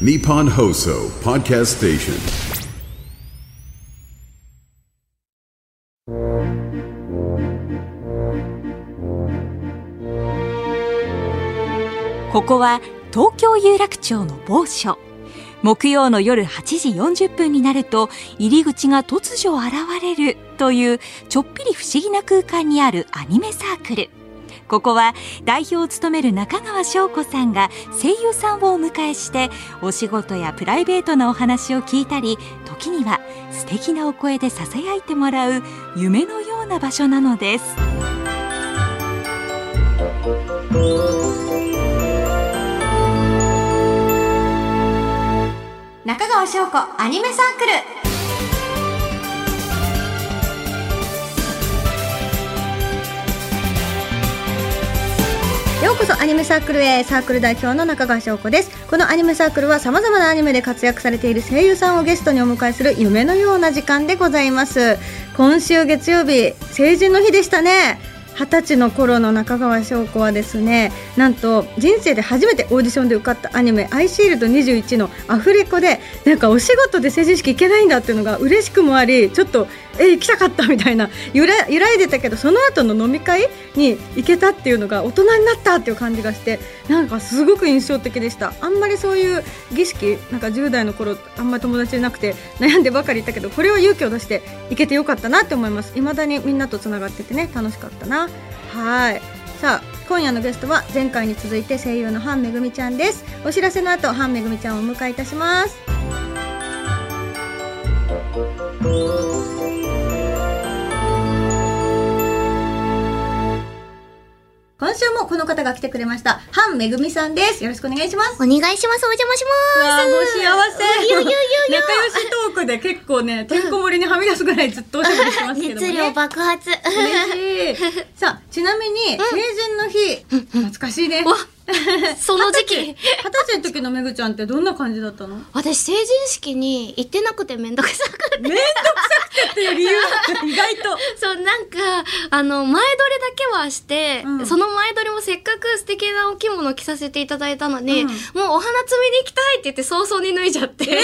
Nippon Hoso Podcast Station. ここは東京有楽町の某所木曜の夜8時40分になると入り口が突如現れるというちょっぴり不思議な空間にあるアニメサークルここは代表を務める中川翔子さんが声優さんをお迎えしてお仕事やプライベートなお話を聞いたり時には素敵なお声で囁いてもらう夢のような場所なのです中川翔子アニメサークルようこそアニメサークルへサークル代表の中川翔子ですこのアニメサークルはさまざまなアニメで活躍されている声優さんをゲストにお迎えする夢のような時間でございます今週月曜日成人の日でしたね二十歳の頃の中川翔子はですねなんと人生で初めてオーディションで受かったアニメ「アイシールド21」のアフレコでなんかお仕事で成人式行けないんだっていうのが嬉しくもありちょっとえ行きたかったみたいな揺ら揺らいでたけどその後の飲み会に行けたっていうのが大人になったっていう感じがしてなんかすごく印象的でしたあんまりそういう儀式なんか10代の頃あんまり友達いなくて悩んでばかりいたけどこれは勇気を出して行けてよかったなって思います未だにみんなとつながっててね楽しかったなはいさあ今夜のゲストは前回に続いて声優のハンめぐみちゃんですお知らせの後ハンめぐみちゃんをお迎えいたします今週もこの方が来てくれましたハンめぐみさんですよろしくお願いしますお願いします。お邪魔しわあまもうす。幸せよよよよ仲良しトークで結構ねてんこ盛りにはみ出すぐらいずっとおしゃべりしてますけども熱量ね爆 発。嬉しいさあちなみに成人の日懐かしいねわ二十、その時期。歳の時のめぐちゃんってどんな感じだったの私、成人式に行ってなくてめんどくさくて。 めんどくさくてっていう理由は意外と そう、なんか、あの、前撮りだけはして、うんその前撮りもせっかく素敵なお着物着させていただいたのに、うんもうお花摘みに行きたいって言って早々に脱いじゃって。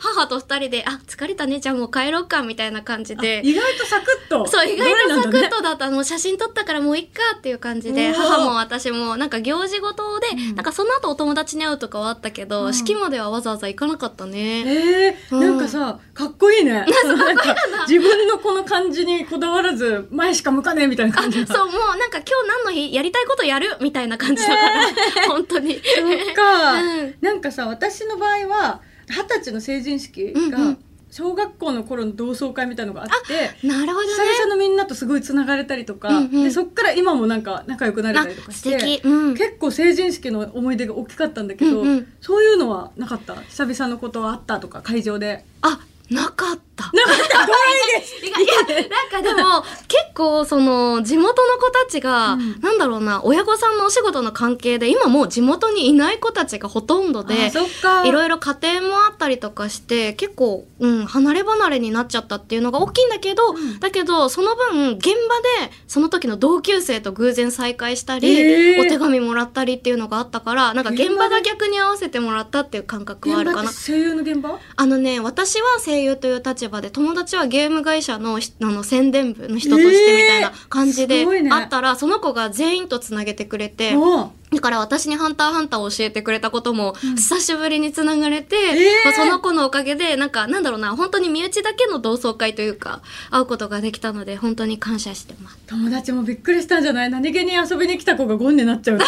母と二人で、あ、疲れたね、じゃあもう帰ろうか、みたいな感じで。意外とサクッとそう、意外とサクどれなッんだねとだった。もう写真撮ったからもういっかっていう感じうで、わ母も私も、なんか行事ごとで、なんかその後お友達に会うとかはあったけど、うん式まではわざわざ行かなかったね。えー、うんなんかさかっこいい ねなんか自分のこの感じにこだわらず前しか向かねえみたいな あ、そ感じがう、もうなんか今日何の日やりたいことやるみたいな感じだ から、本当に。そっか、うんなんかさ私の場合は二十歳の成人式うんうがん小学校の頃の同窓会みたいのがあって、なるほどね久。々のみんなとすごいつながれたりとか、うんうんでそっから今もなんか仲良くなれたりとかあし素て敵うん結構成人式の思い出が大きかったんだけど、うんうんそういうのはなかった久々のことはあったとか会場 で。あ、なかった。なかったどういですいやいや、なんかでも、結構、その、地元の子たちが、うんなんだろうな、親御さんのお仕事の関係で、今もう地元にいない子たちがほとんどで、 あそっかいろいろ家庭もあったりとかして、結構、うん、離れ離れになっちゃったっていうのが大きいんだけど、だけど、その分、現場で、その時の同級生と偶然再会したり、えーお手紙もらったりっていうのがあったから、なんか現場が逆に合わせてもらったっていう感覚はあ現る場かっなて。声優の現場あのね、私は声優という立場で、友達はゲーム会社のひあの宣伝部の人としてみたいな感じえーですごいねあったら、その子が全員とつなげてくれて、おうだから私にハンターハンターを教えてくれたことも、久しぶりにつながれて、えーまあその子のおかげで、なんか、なんだろうな、本当に身内だけの同窓会というか、会うことができたので、本当に感謝してます。友達もびっくりしたんじゃない何気に遊びに来た子がゴンになっちゃう って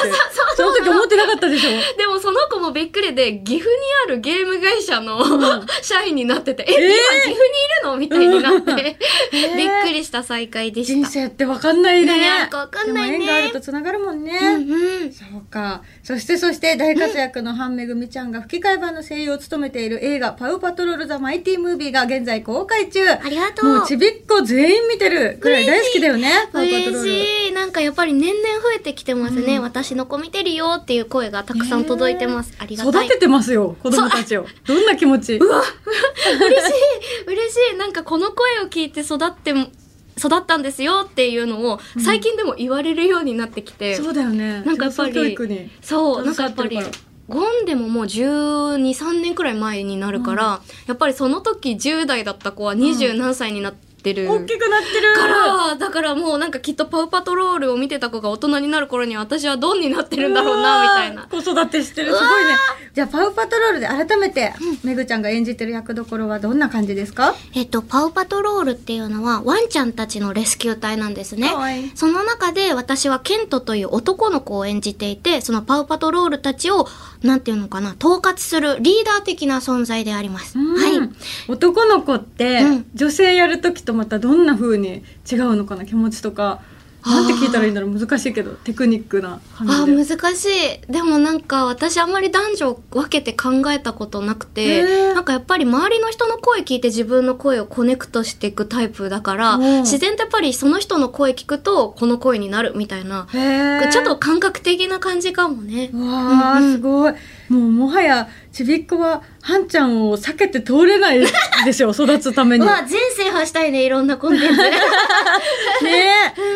その時思ってなかったでしょでもその子もびっくりで、岐阜にあるゲーム会社の、 社員になってて、え、えー今岐阜にいるのみたいになって、びっ ーくりした再会でし人た。生ってわかんないねねなんかわかんないねでも縁があるとつながるもんね、うんうん。そうか。そしてそして大活躍のハンめぐみちゃんが吹き替え版の声優を務めている映画パウパトロール・ザ・マイティ・ムービーが現在公開中。ありがとうもうちびっこ全員見てるくらい大好きだよね、パウパトロ嬉ール。しい。なんかやっぱり年々増えてきてますね。私の子見てるよっていう声がたくさん届いてます。ありがた育い。ててますよ、子供たちを。どんな気持ち嬉しい。 嬉しい。なんかこの声を聞いて育っても、育ったんですよっていうのを最近でも言われるようになってきて。そうだよね。なんかやっぱり自己教育に。そう、なんかやっぱ携りわってるか、ゴンでももう12、3年くらい前になるから、やっぱりその時10代だった子は20何歳になってる。大きくなってるから、だからもうなんかきっとパウパトロールを見てた子が大人になる頃には私はドンになってるんだろうな、みたいな。子育てしてるすごいねじゃあパウパトロールで改めて、めぐちゃんが演じてる役どころはどんな感じですかえっと、パウパトロールっていうのはワンちゃんたちのレスキュー隊なんですねかわいい。その中で私はケントという男の子を演じていて、そのパウパトロールたちを、なんていうのかな、統括するリーダー的な存在であります。はい。男の子って、うん女性やる時とまたどんな風に違うのかな気持ちとかなんて聞いたらいいんだろう難しいけどテクニックな感あじでー難しいでもなんか私あんまり男女を分けて考えたことなくて、へーなんかやっぱり周りの人の声聞いて自分の声をコネクトしていくタイプだから、うん自然とやっぱりその人の声聞くとこの声になるみたいな、へーちょっと感覚的な感じかもね。わあ、うんうんすごいもうもはやちびっこはハンちゃんを避けて通れないでしょ育つため にうわ、全制覇したいね、いろんなコンテンツ。ね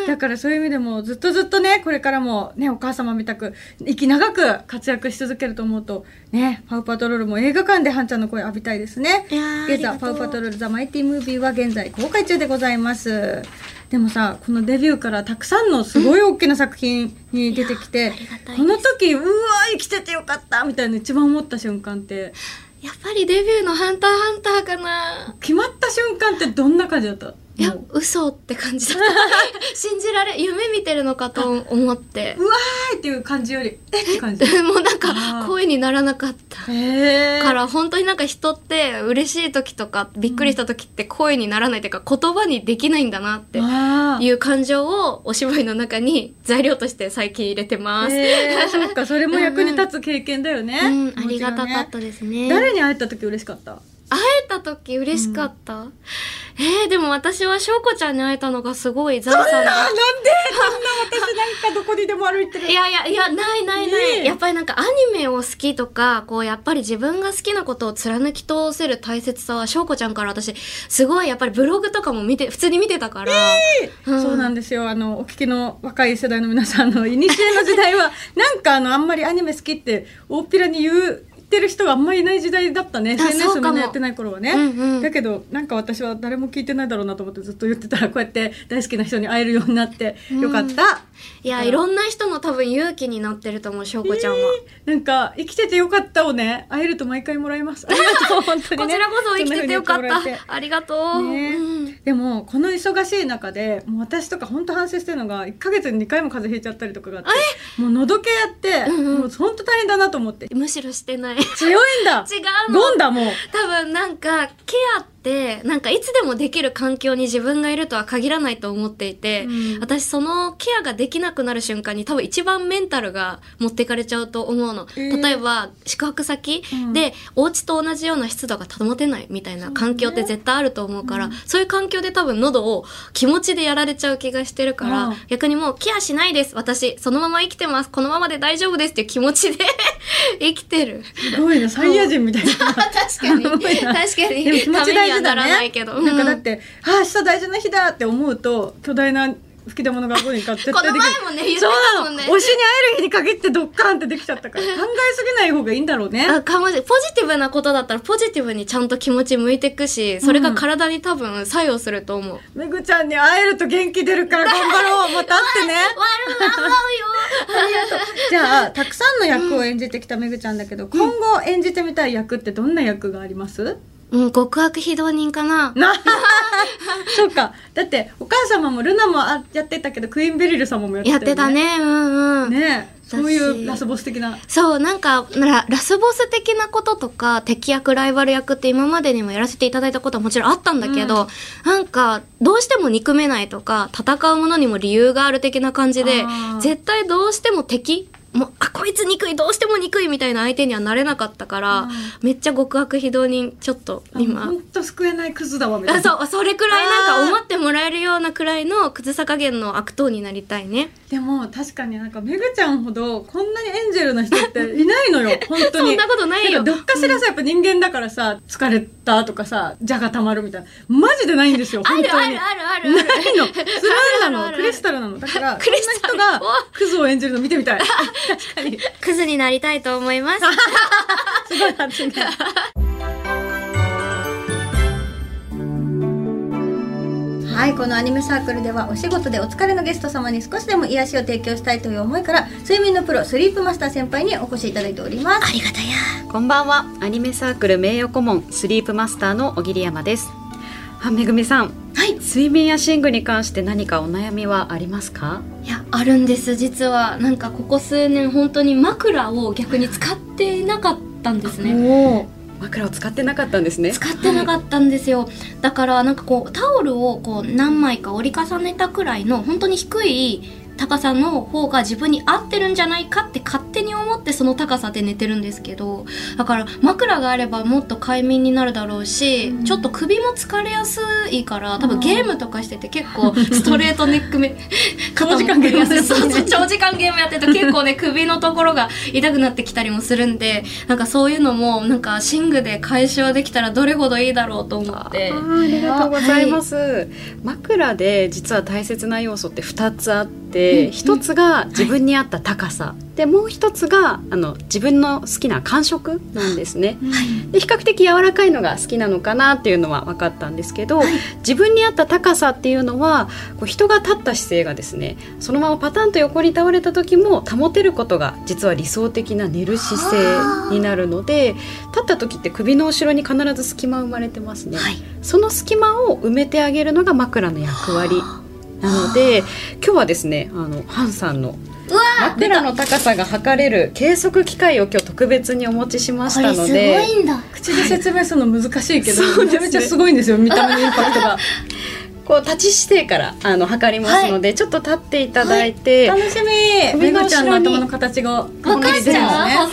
え、だからそういう意味でもずっとずっとねこれからもねお母様みたく息長く活躍し続けると思うとねパウパトロールも映画館でハンちゃんの声浴びたいですねいやー現在ありパウがとうパトロールザマイティムービーは現在公開中でございますでもさこのデビューからたくさんのすごい大きな作品に出てきて、いやーありがたいですこの時うわー生きててよかったみたいな一番思った瞬間ってやっぱりデビューのハンターハンターかな。決まった瞬間ってどんな感じだったいやもう、嘘って感じだ った。信じられ、夢見てるのかと思って。うわーいっていう感じよりえって感じでもうなんあかー声にならなかった。へーから本当になんか人って嬉しい時とかびっくりした時って声にならないというか言葉にできないんだなってあーいう感情をお芝居の中に材料として最近入れてます。へーそっかそれも役に立つ経験だよね、うん、気あ持りちががねたかったですね。誰に会えた時嬉しかった会えた時嬉しかった、えー、でも私は翔子ちゃんに会えたのがすごい財産だあなんでそんな私なんかどこにでも歩いてるいやいやいやないないない、ねえやっぱりなんかアニメを好きとかこうやっぱり自分が好きなことを貫き通せる大切さは翔子ちゃんから私すごいやっぱりブログとかも見て普通に見てたから、うんそうなんですよあのお聞きの若い世代の皆さんの古の時代 はなんかあのあんまりアニメ好きって大っぴらに言ってる人があんまりいない時代だったねあ SNS そうみかんもなやってない頃はね、うんうんだけどなんか私は誰も聞いてないだろうなと思ってずっと言ってたらこうやって大好きな人に会えるようになってよかった、いやいろんな人の多分勇気になってると思う翔子ちゃんは、なんか生きててよかったをね会えると毎回もらいますありがとう 本当にこねちらこそ生きててよかっそんなた風に言ってもらえてありがとう、ねうんでもこの忙しい中でもう私とか本当反省してるのが1か月に2回も風邪ひいちゃったりとかがあってもうのどけやって、もう本当大変だなと思ってむしろしてない強いんだ違うのゴンだもう多分なんかケアってなんかいつでもできる環境に自分がいるとは限らないと思っていて、うん私そのケアができなくなる瞬間に多分一番メンタルが持ってかれちゃうと思うの、えー例えば宿泊先うんで、お家と同じような湿度が保てないみたいな環境って絶対あると思うからそう,、いう環境で多分喉を気持ちでやられちゃう気がしてるから、うん逆にもうケアしないです私そのまま生きてますこのままで大丈夫ですっていう気持ちで 生きてる。すごいなサイヤ人みたい な確かにす確ごいなかにでも気持ちため大には事なだらないねけど、なんかだっうんてあ明日大事な日だって思うと巨大な吹き出物がこに買ってこの前もね言ってそうたなのもんね推しに会える日に限ってドッカーンってできちゃった から考えすぎない方がいいんだろうねあかもしポジティブなことだったらポジティブにちゃんと気持ち向いてくしそれが体に多分作用すると思う、めぐちゃんに会えると元気出るから頑張 ろうまた会ってね悪魔合うよじゃあたくさんの役を演じてきためぐちゃんだけど、今後演じてみたい役ってどんな役があります うん極悪非道人かな なそうかだってお母様もルナもあやってたけどクイーンベリル様もやってたやよってたねうんうんねえそういう私ラスボス的なそう、なんか、ララスボス的なこととか、敵役、ライバル役って今までにもやらせていただいたことはもちろんあったんだけど、なんか、どうしても憎めないとか、戦うものにも理由がある的な感じであー、絶対どうしても敵、もう、あ、こいつ憎い、どうしても憎いみたいな相手にはなれなかったから、めっちゃ極悪非道に、ちょっと、あ今ほ。んと救えないクズだわみたいあなそう、それくらいなんか思ってもらえるようなくらいの、くずさ加減の悪党になりたいね。でも確かになんかめぐちゃんほどこんなにエンジェルな人っていない のよ本当にそんなことないよんかどっかしらさやっぱ人間だからさ疲れたとかさ邪がたまるみたいなマジでないんですよあ本る当あにるあるあるなある。いのスマイルあるあるあなのるクリスタルなのだからこん クリなスタ人ル がクズを演じるの見てみたいクズになりたいと思い ます。すごい発明。 はい、このアニメサークルではお仕事でお疲れのゲスト様に少しでも癒しを提供したいという思いから睡眠のプロスリープマスター先輩にお越しいただいております。ありがたや。こんばんはアニメサークル名誉顧問スリープマスターの小桐山ですあめぐみさんはい。睡眠や寝具に関して何かお悩みはありますかいや、あるんです、実は。なんか、ここ数年、本当に枕を逆に使っていなかったんですね。おお枕を使ってなかったんですね使ってなかったんですよ。だから、なんかこう、タオルをこう、何枚か折り重ねたくらいの、本当に低い高さの方が自分に合ってるんじゃないかって勝手に思って、その高さで寝てるんですけど、だから、枕があればもっと快眠になるだろうし、ちょっと首も疲れやすいから、多分ゲームとかしてて結 構、ストレートネックめ、長時間ゲームやってそうそう長時間ゲームやってると結構ね首のところが痛くなってきたりもするんでなんかそういうのもなんか寝具で解消できたらどれほどいいだろうと思ってありがとうございます、枕で実は大切な要素って2つあって、一1つが自分に合った高さ、でもう1つがあの自分の好きな感触なんですね、で比較的柔らかいのが好きなのかなっていうのは分かったんですけど、自分に合った高さっていうのはこう人が立った姿勢がですねそのままパタンと横に倒れた時も保てることが実は理想的な寝る姿勢になるので立った時って首の後ろに必ず隙間生まれてますね、はいその隙間を埋めてあげるのが枕の役割なので今日はですねあのハンさんの枕の高さが測れる計測機械を今日特別にお持ちしましたので。いんだ口で説明するの難しいけど、そうめちゃですねめちゃすごいんですよ、見た目のインパク トが。こう立ち姿勢からあの測りますので、ちょっと立っていただいて、楽しみめぐちゃんの頭の形がわかっちゃう恥ず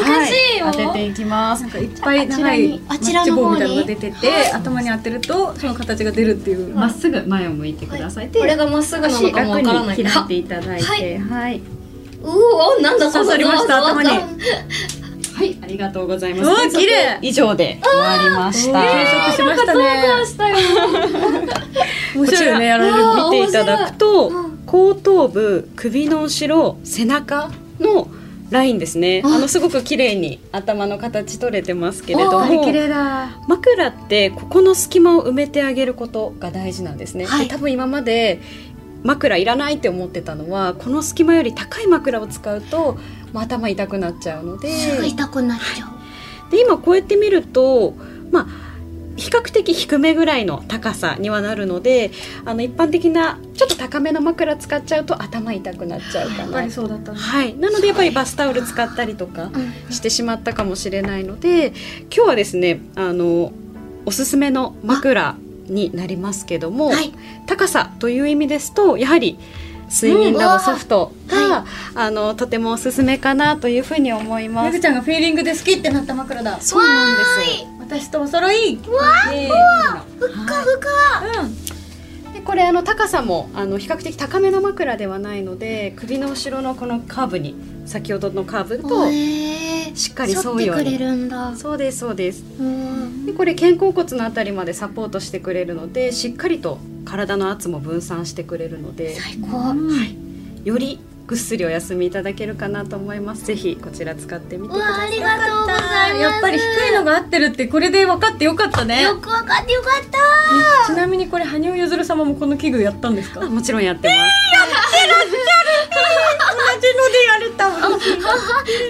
かしいよ、は当てていきますなんかいっぱい長いマあちッらチに棒みたいなのが出てて頭に当てるとその形が出るっていう、まっすぐ前を向いてください、でこれがまっすぐなの足かも楽わからなにい開いはていただいてははい、はいうおなんだこ刺のさりましたゾワゾワ頭にありがとうございますうわ計測綺麗以上で終わりました計測しましたゾワねしたよ面白いよねやられるわあ見ていただくと、後頭部首の後ろ背中のラインですねあのすごく綺麗に頭の形取れてますけれども麗だ枕ってここの隙間を埋めてあげることが大事なんですね、はいで多分今まで枕いらないって思ってたのはこの隙間より高い枕を使うと、まあ、頭痛くなっちゃうのですぐ痛くなっちゃうで今こうやって見るとまあ比較的低めぐらいの高さにはなるのであの一般的なちょっと高めの枕使っちゃうと頭痛くなっちゃうかやっぱなりそうだったねはい、なのでやっぱりバスタオル使ったりとかしてしまったかもしれないので今日はですねあのおすすめの枕になりますけども、はい高さという意味ですとやはり睡眠ラボソフトが、うんあのとてもおすすめかなというふうに思いまめすぐ。ちゃんがフィーリングで好きってなった枕だそうなんですよ私とお揃いねえうんでこれあの高さもあの比較的高めの枕ではないので首の後ろのこのカーブに先ほどのカーブとへーしっかり沿うよう沿ってくれに。るんだそうですそうですうんでこれ肩甲骨のあたりまでサポートしてくれるのでしっかりと体の圧も分散してくれるので最高よりぐっすりお休みいただけるかなと思いますぜひこちら使ってみてくうだわさあいりがとうございますやっぱり低いのが合ってるってこれで分かってよかったねよくわかってよかったちなみにこれ羽生結弦様もこの器具やったんですかあもちろんやってます、でやれたう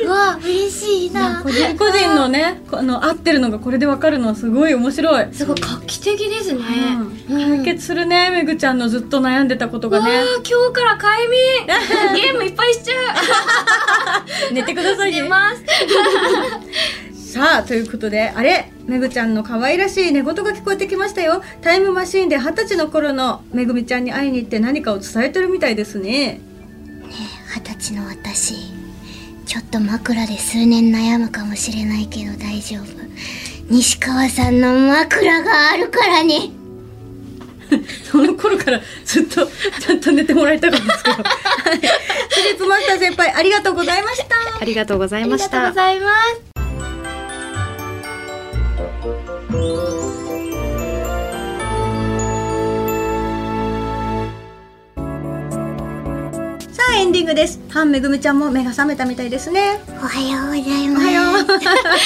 わ嬉しいな個人個人のねこの合ってるのがこれで分かるのはすごい面白いすごい画期的ですね、うんうん解決するねめぐちゃんのずっと悩んでたことがうわねー今日から快眠ゲームいっぱいしちゃう寝てください寝ねますさあということであれめぐちゃんの可愛らしい寝言が聞こえてきましたよタイムマシーンで二十歳の頃のめぐみちゃんに会いに行って何かを伝えてるみたいですね二十歳の私ちょっと枕で数年悩むかもしれないけど大丈夫西川さんの枕があるからねその頃からずっとちゃんと寝てもらいたかったんですけどはいスリープマスター先輩ありがとうございましたありがとうございましありがとうたございますさあエンディンングですハンめぐみちゃんも目が覚めたみたいですねおはようございますおはようがっ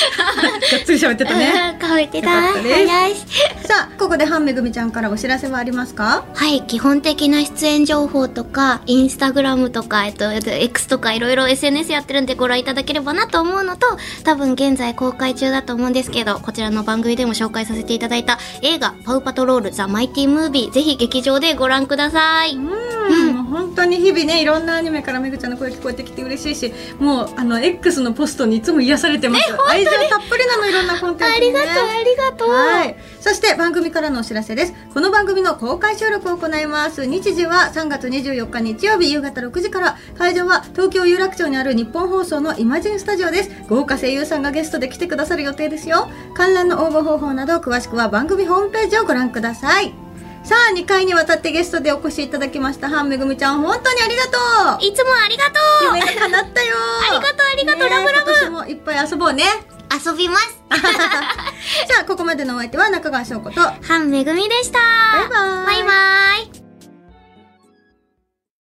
つり喋ってたねかわいてたよかったです早いしさあここでハンめぐみちゃんからお知らせはありますかはい、基本的な出演情報とか、インスタグラムとか、えっと、えっと X とかいろいろ SNS やってるんでご覧いただければなと思うのと、多分現在公開中だと思うんですけど、こちらの番組でも紹介させていただいた映画、パウパトロール、ザ・マイティ・ムービー、ぜひ劇場でご覧ください。うん、もう本当に日々ねいろんなアニメからめぐちゃんの声聞こえてきて嬉しいしもうあの X のポストにいつも癒されてます愛情たっぷりなのいろんなコンテンツ、ね、ありがとう、ありがとう。はい、そして番組からのお知らせですこの番組の公開収録を行います日時は3月24日日曜日夕方6時から会場は東京有楽町にある日本放送のイマジンスタジオです豪華声優さんがゲストで来てくださる予定ですよ観覧の応募方法など詳しくは番組ホームページをご覧くださいさあ2回にわたってゲストでお越しいただきましたハンめぐみちゃん本当にありがとういつもありがとう夢が叶ったよありがとうありがとうねえラブラブ今年もいっぱい遊ぼうね 遊びます。じゃあここまでのお相手は中川翔子とバイハンめぐみでした。バイバイバイ